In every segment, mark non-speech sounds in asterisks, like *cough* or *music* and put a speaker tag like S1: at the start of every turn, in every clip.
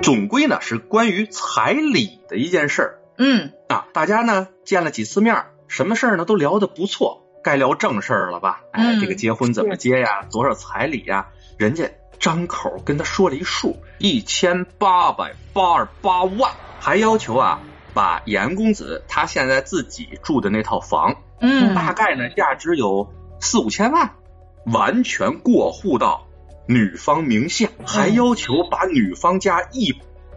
S1: 总归呢是关于彩礼的一件事儿
S2: 嗯
S1: 啊。大家呢见了几次面儿，什么事儿呢都聊得不错，该聊正事儿了吧？哎，
S2: 嗯
S1: 这个结婚怎么结呀？多少彩礼呀？人家张口跟他说了一数，一千八百八十八万，还要求啊把严公子他现在自己住的那套房
S2: 嗯
S1: 大概呢价值有四五千万，完全过户到女方名下，还要求把女方家一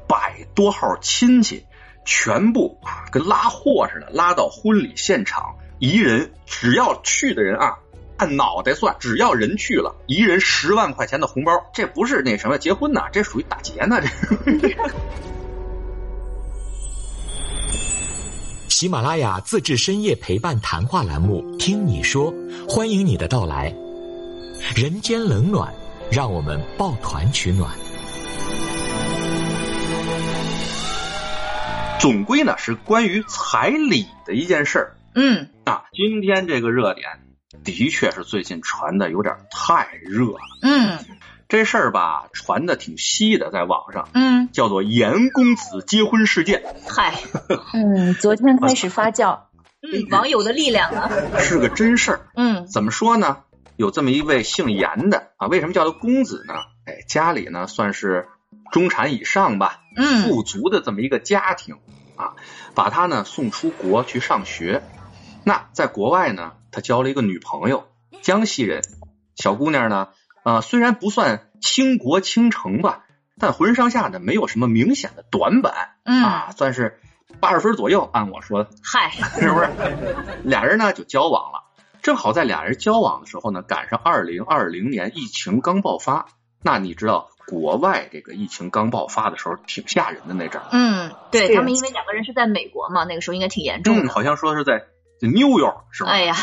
S1: 百多号亲戚全部啊跟拉货似的拉到婚礼现场，一人只要去的人啊。按脑袋算，只要人去了，一人十万块钱的红包，这不是那什么结婚呢，这属于打劫呢，这
S3: 喜马拉雅自制深夜陪伴谈话栏目《听你说》，欢迎你的到来。人间冷暖，让我们抱团取暖。
S1: 总归呢是关于彩礼的一件事儿。
S2: 嗯
S1: 啊，今天这个热点的确是最近传的有点太热了。
S2: 嗯
S1: 这事儿吧，传的挺稀的，在网上
S2: 嗯，
S1: 叫做“严公子结婚事件
S2: 嗨，
S4: 嗯，昨天开始发酵，
S2: 嗯，网友的力量啊，”，
S1: 是个真事儿。
S2: 嗯
S1: 怎么说呢？有这么一位姓严的啊，为什么叫他公子呢？哎，家里呢算是中产以上吧，
S2: 嗯
S1: 富足的这么一个家庭啊，把他呢送出国去上学。那在国外呢，他交了一个女朋友，江西人，小姑娘呢，呃，虽然不算倾国倾城吧，但浑身上下呢没有什么明显的短板
S2: 嗯，
S1: 啊，算是八十分左右，按我说的， *laughs*
S2: 嗨，
S1: 是
S2: *laughs*
S1: 不是？俩人呢就交往了，正好在俩人交往的时候呢，赶上二零二零年疫情刚爆发。那你知道国外这个疫情刚爆发的时候挺吓人的那阵儿，
S2: 嗯，对
S4: 是
S2: 他们，因为两个人是在美国嘛，那个时候应该挺严重
S1: 嗯，
S2: 的。
S1: 好像说是在 New York 是吧？
S2: 哎呀，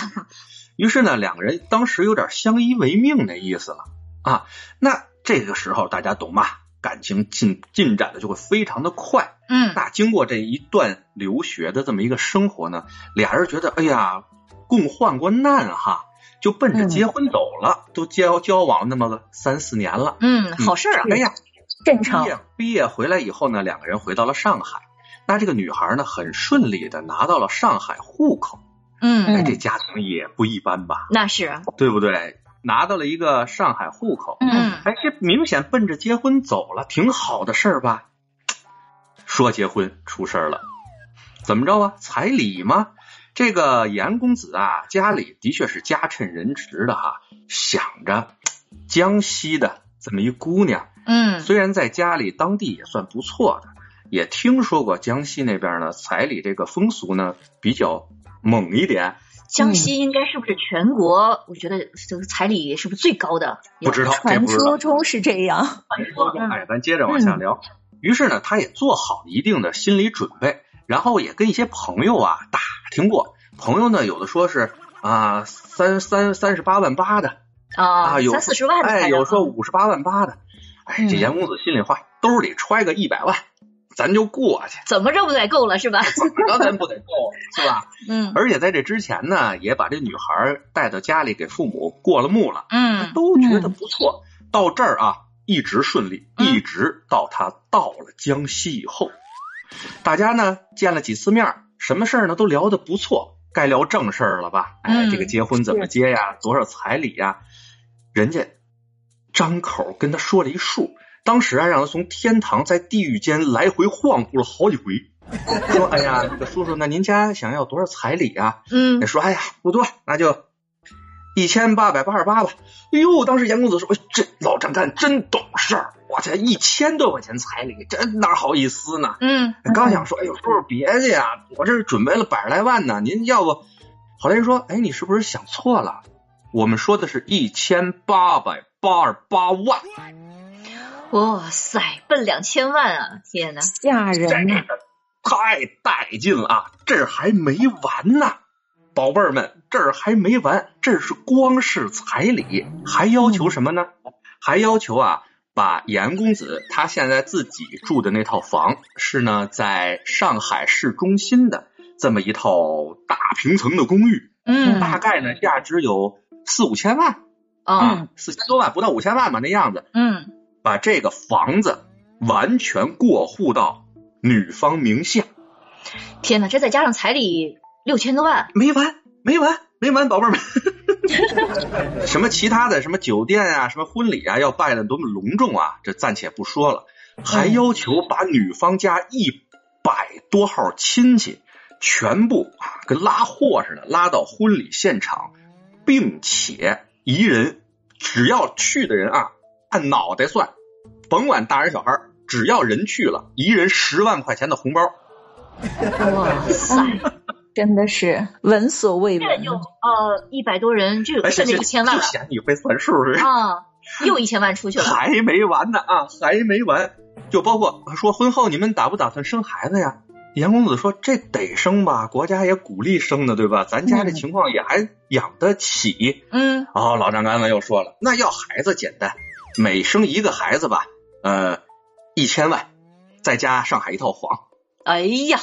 S1: 于是呢，两个人当时有点相依为命的意思了啊。那这个时候大家懂吧？感情进进展的就会非常的快。
S2: 嗯
S1: 那经过这一段留学的这么一个生活呢，俩人觉得哎呀，共患过难哈，就奔着结婚走了，都交交往了那么个三四年了。
S2: 嗯，好事儿啊，
S1: 哎呀，
S4: 正
S1: 毕
S4: 常。
S1: 业毕业回来以后呢，两个人回到了上海。那这个女孩呢，很顺利的拿到了上海户口。
S2: 嗯，
S1: 哎，这家庭也不一般吧，
S2: 那是，
S1: 对不对？拿到了一个上海户口，
S2: 嗯
S1: 哎，这明显奔着结婚走了，挺好的事儿吧？说结婚出事儿了，怎么着啊？彩礼吗？这个严公子啊，家里的确是家趁人直的哈、想着江西的这么一姑娘，
S2: 嗯
S1: 虽然在家里当地也算不错的，也听说过江西那边呢彩礼这个风俗呢比较猛一点，
S2: 江西应该是不是全国？我觉得这个彩礼是不是最高的？
S1: 不知道这
S4: 传
S1: 不知道
S4: 说。中是这样，
S2: 嗯
S1: 哎，咱接着往下聊。于是呢，他也做好了一定的心理准备，然后也跟一些朋友啊打听过。朋友呢，有的说是啊三三三十八万八的，
S2: 啊
S1: 啊，有
S2: 三四十万的啊
S1: 哎，
S2: 彩礼
S1: 有说五十八万八的。哎，这
S4: 嗯
S1: 严公子心里话，兜里揣个一百万，咱就过去，
S2: 怎么着不得够了是
S1: *laughs*
S2: 吧？
S1: 怎么着咱不得够是吧？
S2: 嗯
S1: 而且在这之前呢，也把这女孩带到家里给父母过了目了，
S2: 嗯
S1: 都觉得不错。到这儿啊，一直顺利，
S2: 嗯
S1: 一直到他到了江西以后，大家呢见了几次面儿，什么事儿呢都聊得不错，该聊正事儿了吧？哎，
S2: 嗯
S1: 这个结婚怎么结呀？多少彩礼呀？人家张口跟他说了一数，当时啊让他从天堂在地狱间来回晃悠了好几回。说：“哎呀，这个叔叔，那您家想要多少彩礼啊？”
S2: 嗯
S1: 那说：“哎呀，不多，那就一千八百八十八吧。”哎呦，当时严公子说：“哎这老张干真懂事儿，我才一千多块钱彩礼，这哪好意思呢
S2: 嗯？”
S1: 刚想说：“哎呦，叔叔别介呀，我这儿准备了百来万呢，您要不……”后来人说：“哎，你是不是想错了？我们说的是一千八百八十八万，
S2: 哇塞，奔两千万啊！天哪，
S4: 吓人呐！
S1: 太带劲了啊！这儿还没完呢，宝贝儿们，这儿还没完，这是光是彩礼，还要求什么呢？还要求啊，把严公子他现在自己住的那套房是呢，在上海市中心的这么一套大平层的公寓，
S2: 嗯
S1: 大概呢价值有四五千万
S2: 哦
S1: 啊，四千多万不到五千万吧那样子，
S2: 嗯
S1: 把这个房子完全过户到女方名下。
S2: 天哪，这再加上彩礼六千多万，
S1: 没完，没完，没完，宝贝儿们。什么其他的什么酒店啊，什么婚礼啊，要办的多么隆重啊，这暂且不说了，还要求把女方家一百多号亲戚全部啊，跟拉货似的拉到婚礼现场，并且一人只要去的人啊，按脑袋算，甭管大人小孩儿，只要人去了，一人十万块钱的红包。
S2: 哇
S1: 嗯
S2: 塞！
S4: 真的是闻所未
S2: 这
S4: 闻
S2: 就。呃一百多人，这
S1: 哎，
S2: 甚至
S1: 这
S2: 一千万
S1: 就
S2: 了
S1: 显你会算数是吧？
S2: 啊，又一千万出去了。
S1: *laughs* 还没完呢啊，还没完，就包括说婚后你们打不打算生孩子呀？严公子说这得生吧，国家也鼓励生的，对吧？咱家这情况也还养得起。
S2: *laughs* 嗯，
S1: 哦，老丈杆子又说了，那要孩子简单，每生一个孩子吧，呃，一千万，再加上海一套房。
S2: 哎呀，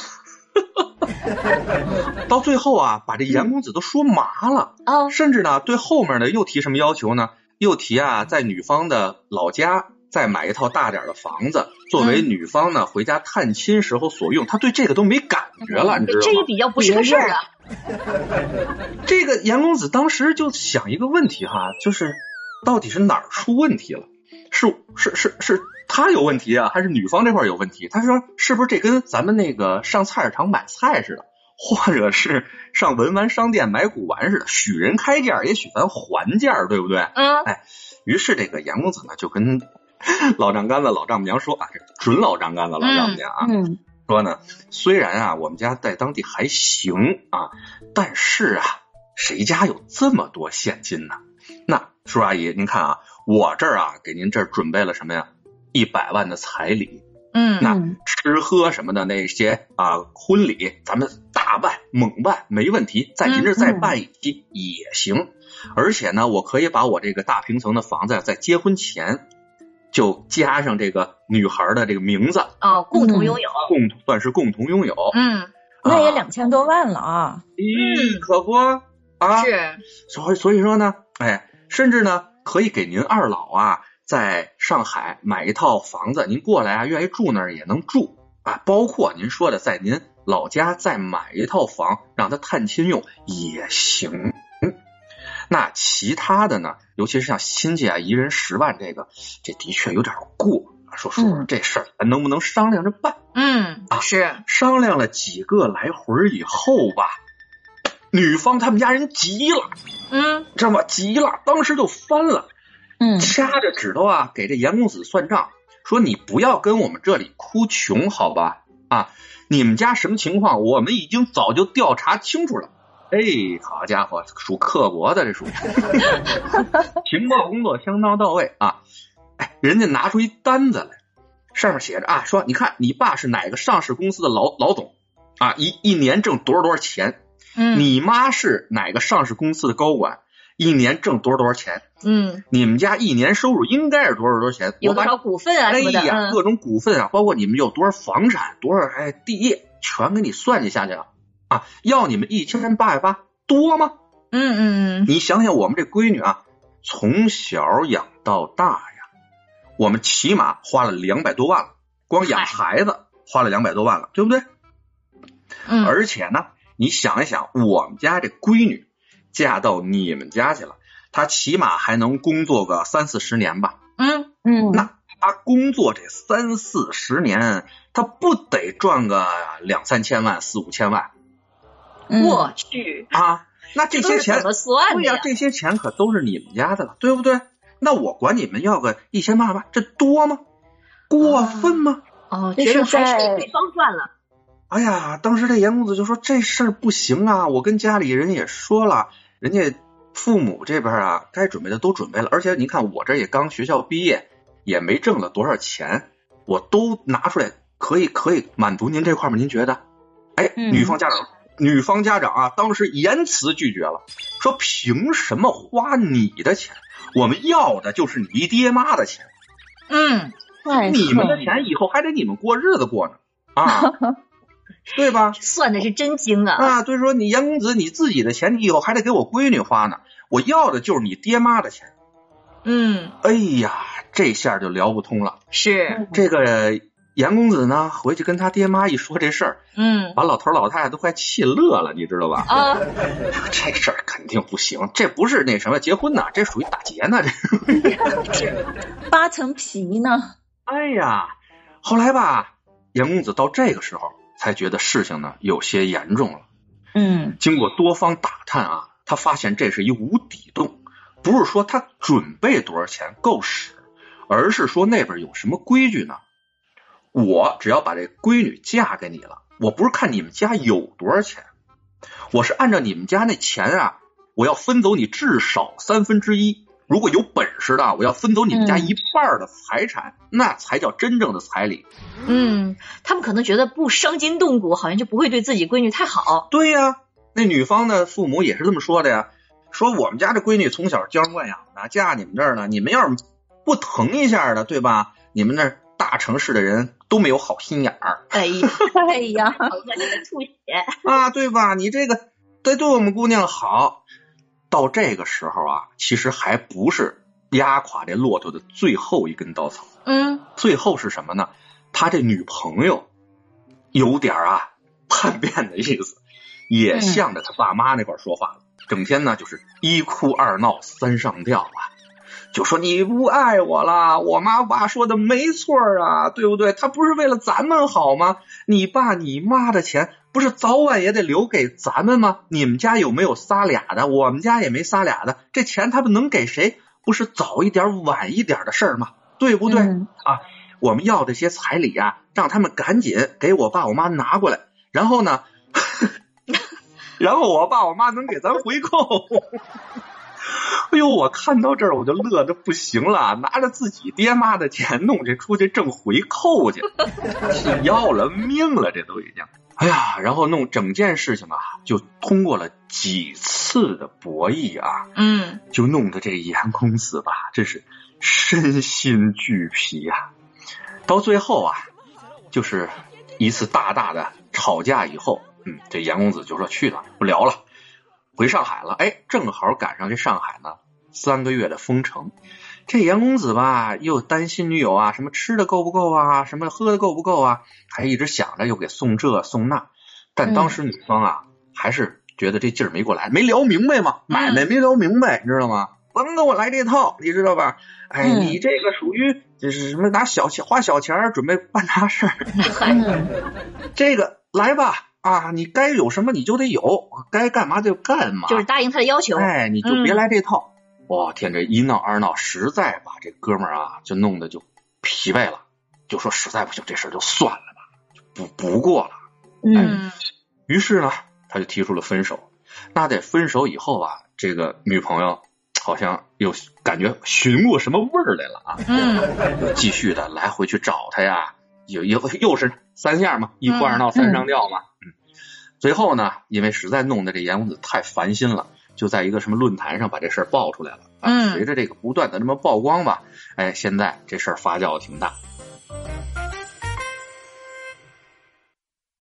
S1: 到最后啊，把这严公子都说麻了。
S2: 啊，
S1: 甚至呢，对后面呢又提什么要求呢？又提啊，在女方的老家再买一套大点儿的房子，作为女方呢回家探亲时候所用。他对这个都没感觉了，你知
S2: 这
S1: 道
S2: 也
S1: 吗？
S2: 比较不是个事儿啊。
S1: 这个严公子当时就想一个问题哈，就是到底是哪儿出问题了？是是是是他有问题啊，还是女方这块儿有问题？他说是不是这跟咱们那个上菜市场买菜似的，或者是上文玩商店买古玩似的，许人开价，也许咱还价，对不对？
S2: 嗯，
S1: 于是这个杨公子呢，就跟 *laughs* 老丈杆子、老丈母娘说啊，这准老丈杆子、老丈母娘啊，
S4: 嗯，
S1: 说呢，虽然啊我们家在当地还行啊，但是啊，谁家有这么多现金呢？那叔叔阿姨，您看啊，我这儿啊给您这儿准备了什么呀？一百万的彩礼，
S2: 嗯，
S1: 那
S4: 嗯
S1: 吃喝什么的那些啊，婚礼咱们大办猛办没问题，
S2: 嗯
S1: 在您这儿再办一期也行。而且呢，我可以把我这个大平层的房子呀在结婚前就加上这个女孩的这个名字，
S2: 哦，共同拥有。
S1: 共算是共同拥有。
S2: 嗯，
S4: 那也
S1: 啊
S4: 两千多万了啊。
S1: 咦，可不啊，
S2: 嗯是，
S1: 所以所以说呢，哎，甚至呢，可以给您二老啊，在上海买一套房子，您过来啊，愿意住那儿也能住啊。包括您说的，在您老家再买一套房，让他探亲用也行。那其他的呢，尤其是像亲戚啊，一人十万这个，这的确有点过。说叔叔，
S4: 嗯
S1: 这事儿咱能不能商量着办？
S2: 嗯，
S1: 啊
S2: 是，
S1: 商量了几个来回儿以后吧，女方他们家人急了。
S2: 嗯，
S1: 知道吗？急了，当时就翻了，
S4: 嗯
S1: 掐着指头啊，给这严公子算账，说你不要跟我们这里哭穷，好吧？啊，你们家什么情况，我们已经早就调查清楚了。哎，好家伙，属刻薄的这属，情报工作相当到位啊！哎，人家拿出一单子来，上面写着啊，说你看你爸是哪个上市公司的老老总啊，一一年挣多少多少钱，
S2: 嗯，
S1: 你妈是哪个上市公司的高管，一年挣多少多少钱？
S2: 嗯，
S1: 你们家一年收入应该是多少多少钱？
S2: 有
S1: 我
S2: 多
S1: 把
S2: 少股份啊
S1: 哎
S2: 什么的，
S1: 呀，
S2: 嗯，
S1: 各种股份啊，包括你们有多少房产、多少哎地业，全给你算计下去了啊！要你们一千八百八，多吗？
S2: 嗯嗯
S1: 你想想我们这闺女啊，从小养到大呀，我们起码花了两百多万了，光养
S2: 嗨
S1: 孩子花了两百多万了，对不对？
S2: 嗯，
S1: 而且呢，你想一想，我们家这闺女嫁到你们家去了，她起码还能工作个三四十年吧？
S2: 嗯，
S4: 嗯，
S1: 那她工作这三四十年，她不得赚个两三千万、四五千万
S4: 嗯
S2: 我去，
S1: 啊？那这
S2: 都
S1: 些
S2: 是
S1: 钱啊
S2: 怎么算
S1: 对
S2: 的
S1: 呀、
S2: 呀？
S1: 这些钱可都是你们家的了，对不对？那我管你们要个一千八百万，这多吗？过分吗？
S2: 哦，
S4: 这
S2: 觉得
S4: 是
S2: 还是
S4: 在
S2: 对方赚了。
S1: 哎呀，当时这严公子就说这事儿不行啊，我跟家里人也说了，人家父母这边啊该准备的都准备了，而且您看我这也刚学校毕业，也没挣了多少钱，我都拿出来可以可以满足您这块儿吗？您觉得？哎，
S4: 嗯
S1: 女方家长，女方家长啊，当时严词拒绝了，说凭什么花你的钱？我们要的就是你爹妈的钱。
S2: 嗯，
S4: 太
S1: 你们的
S4: 狠，
S1: 钱以后还得你们过日子过呢，
S4: *laughs*
S1: 啊，对吧？
S2: 算的是真精啊。
S1: 啊，对说你杨公子你自己的钱，你以后还得给我闺女花呢，我要的就是你爹妈的钱。
S2: 嗯，
S1: 哎呀，这下就聊不通了。
S2: 是，
S1: 这个严公子呢，回去跟他爹妈一说这事儿，
S2: 嗯
S1: 把老头老太太都快气乐了，你知道吧？ *laughs*
S2: 啊，
S1: 这事儿肯定不行，这不是那什么结婚呢，这属于打劫呢。这， *laughs*
S4: 扒层皮呢？
S1: 哎呀，后来吧，严公子到这个时候才觉得事情呢有些严重了。
S4: 嗯
S1: 经过多方打探啊，他发现这是一无底洞，不是说他准备多少钱够使，而是说那边有什么规矩呢？我只要把这闺女嫁给你了，我不是看你们家有多少钱，我是按照你们家那钱啊，我要分走你至少三分之一。如果有本事的，啊我要分走你们家
S4: 嗯
S1: 一半儿的财产，那才叫真正的彩礼。
S2: 嗯，他们可能觉得不伤筋动骨，好像就不会对自己闺女太好。
S1: 对呀、那女方的父母也是这么说的呀，说我们家这闺女从小娇生惯养的，嫁你们这儿呢，你们要是不疼一下的，对吧？你们那儿大城市的人都没有好心眼儿
S2: 哎呀，
S4: 哎呀，
S2: 好恶心的吐血！
S1: 啊，对吧？你这个得对我们姑娘好。到这个时候啊，其实还不是压垮这骆驼的最后一根稻草，
S2: 嗯，
S1: 最后是什么呢？他这女朋友有点儿啊叛变的意思，也
S4: 嗯
S1: 向着他爸妈那块儿说话了，整天呢就是一哭二闹三上吊啊，就说你不爱我啦，我妈爸说的没错儿啊，对不对？他不是为了咱们好吗？你爸你妈的钱不是早晚也得留给咱们吗？你们家有没有仨俩的？我们家也没仨俩的，这钱他们能给谁？不是早一点儿晚一点儿的事儿吗？对不对？
S4: 嗯
S1: 我们要这些彩礼啊，让他们赶紧给我爸我妈拿过来，然后呢， *laughs* 然后我爸我妈能给咱回扣。哎呦，我看到这儿我就乐的不行了，拿着自己爹妈的钱弄去出去挣回扣去，是要了命了，这都已经。哎呀，然后弄整件事情啊，就通过了几次的博弈啊，
S2: 嗯，
S1: 就弄得这严公子吧，真是身心俱疲呀、到最后啊，就是一次大大的吵架以后，嗯，这严公子就说去了，不聊了，回上海了。哎，正好赶上这上海呢三个月的封城，这严公子吧又担心女友啊，什么吃的够不够啊，什么喝的够不够啊，还一直想着又给送这送那，但当时女方啊、还是觉得这劲儿没过来，没聊明白嘛，买卖没聊明白，你知道吗？甭跟我来这套，你知道吧？哎，
S4: 嗯
S1: 你这个属于这是什么？拿小钱花小钱儿准备办大事儿，
S4: 嗯
S1: 这个来吧啊！你该有什么你就得有，该干嘛就干嘛，
S2: 就是嗯答应他的要求。
S1: 哎，你就别来这套。我、天，这一闹二闹，实在把这哥们儿啊，就弄得就疲惫了，就说实在不行，这事儿就算了吧，就不不过了。哎
S4: 嗯
S2: 嗯
S1: 于是呢，他就提出了分手。那得分手以后啊，这个女朋友好像又感觉寻过什么味儿来了啊，
S2: 嗯
S1: 就继续的来回去找他呀，又又又是三下嘛，一哭二闹三上吊嘛。嗯，最后呢，因为实在弄得这严公子太烦心了，就在一个什么论坛上把这事儿爆出来了。啊
S2: 嗯
S1: 随着这个不断的这么曝光吧，哎，现在这事儿发酵挺大。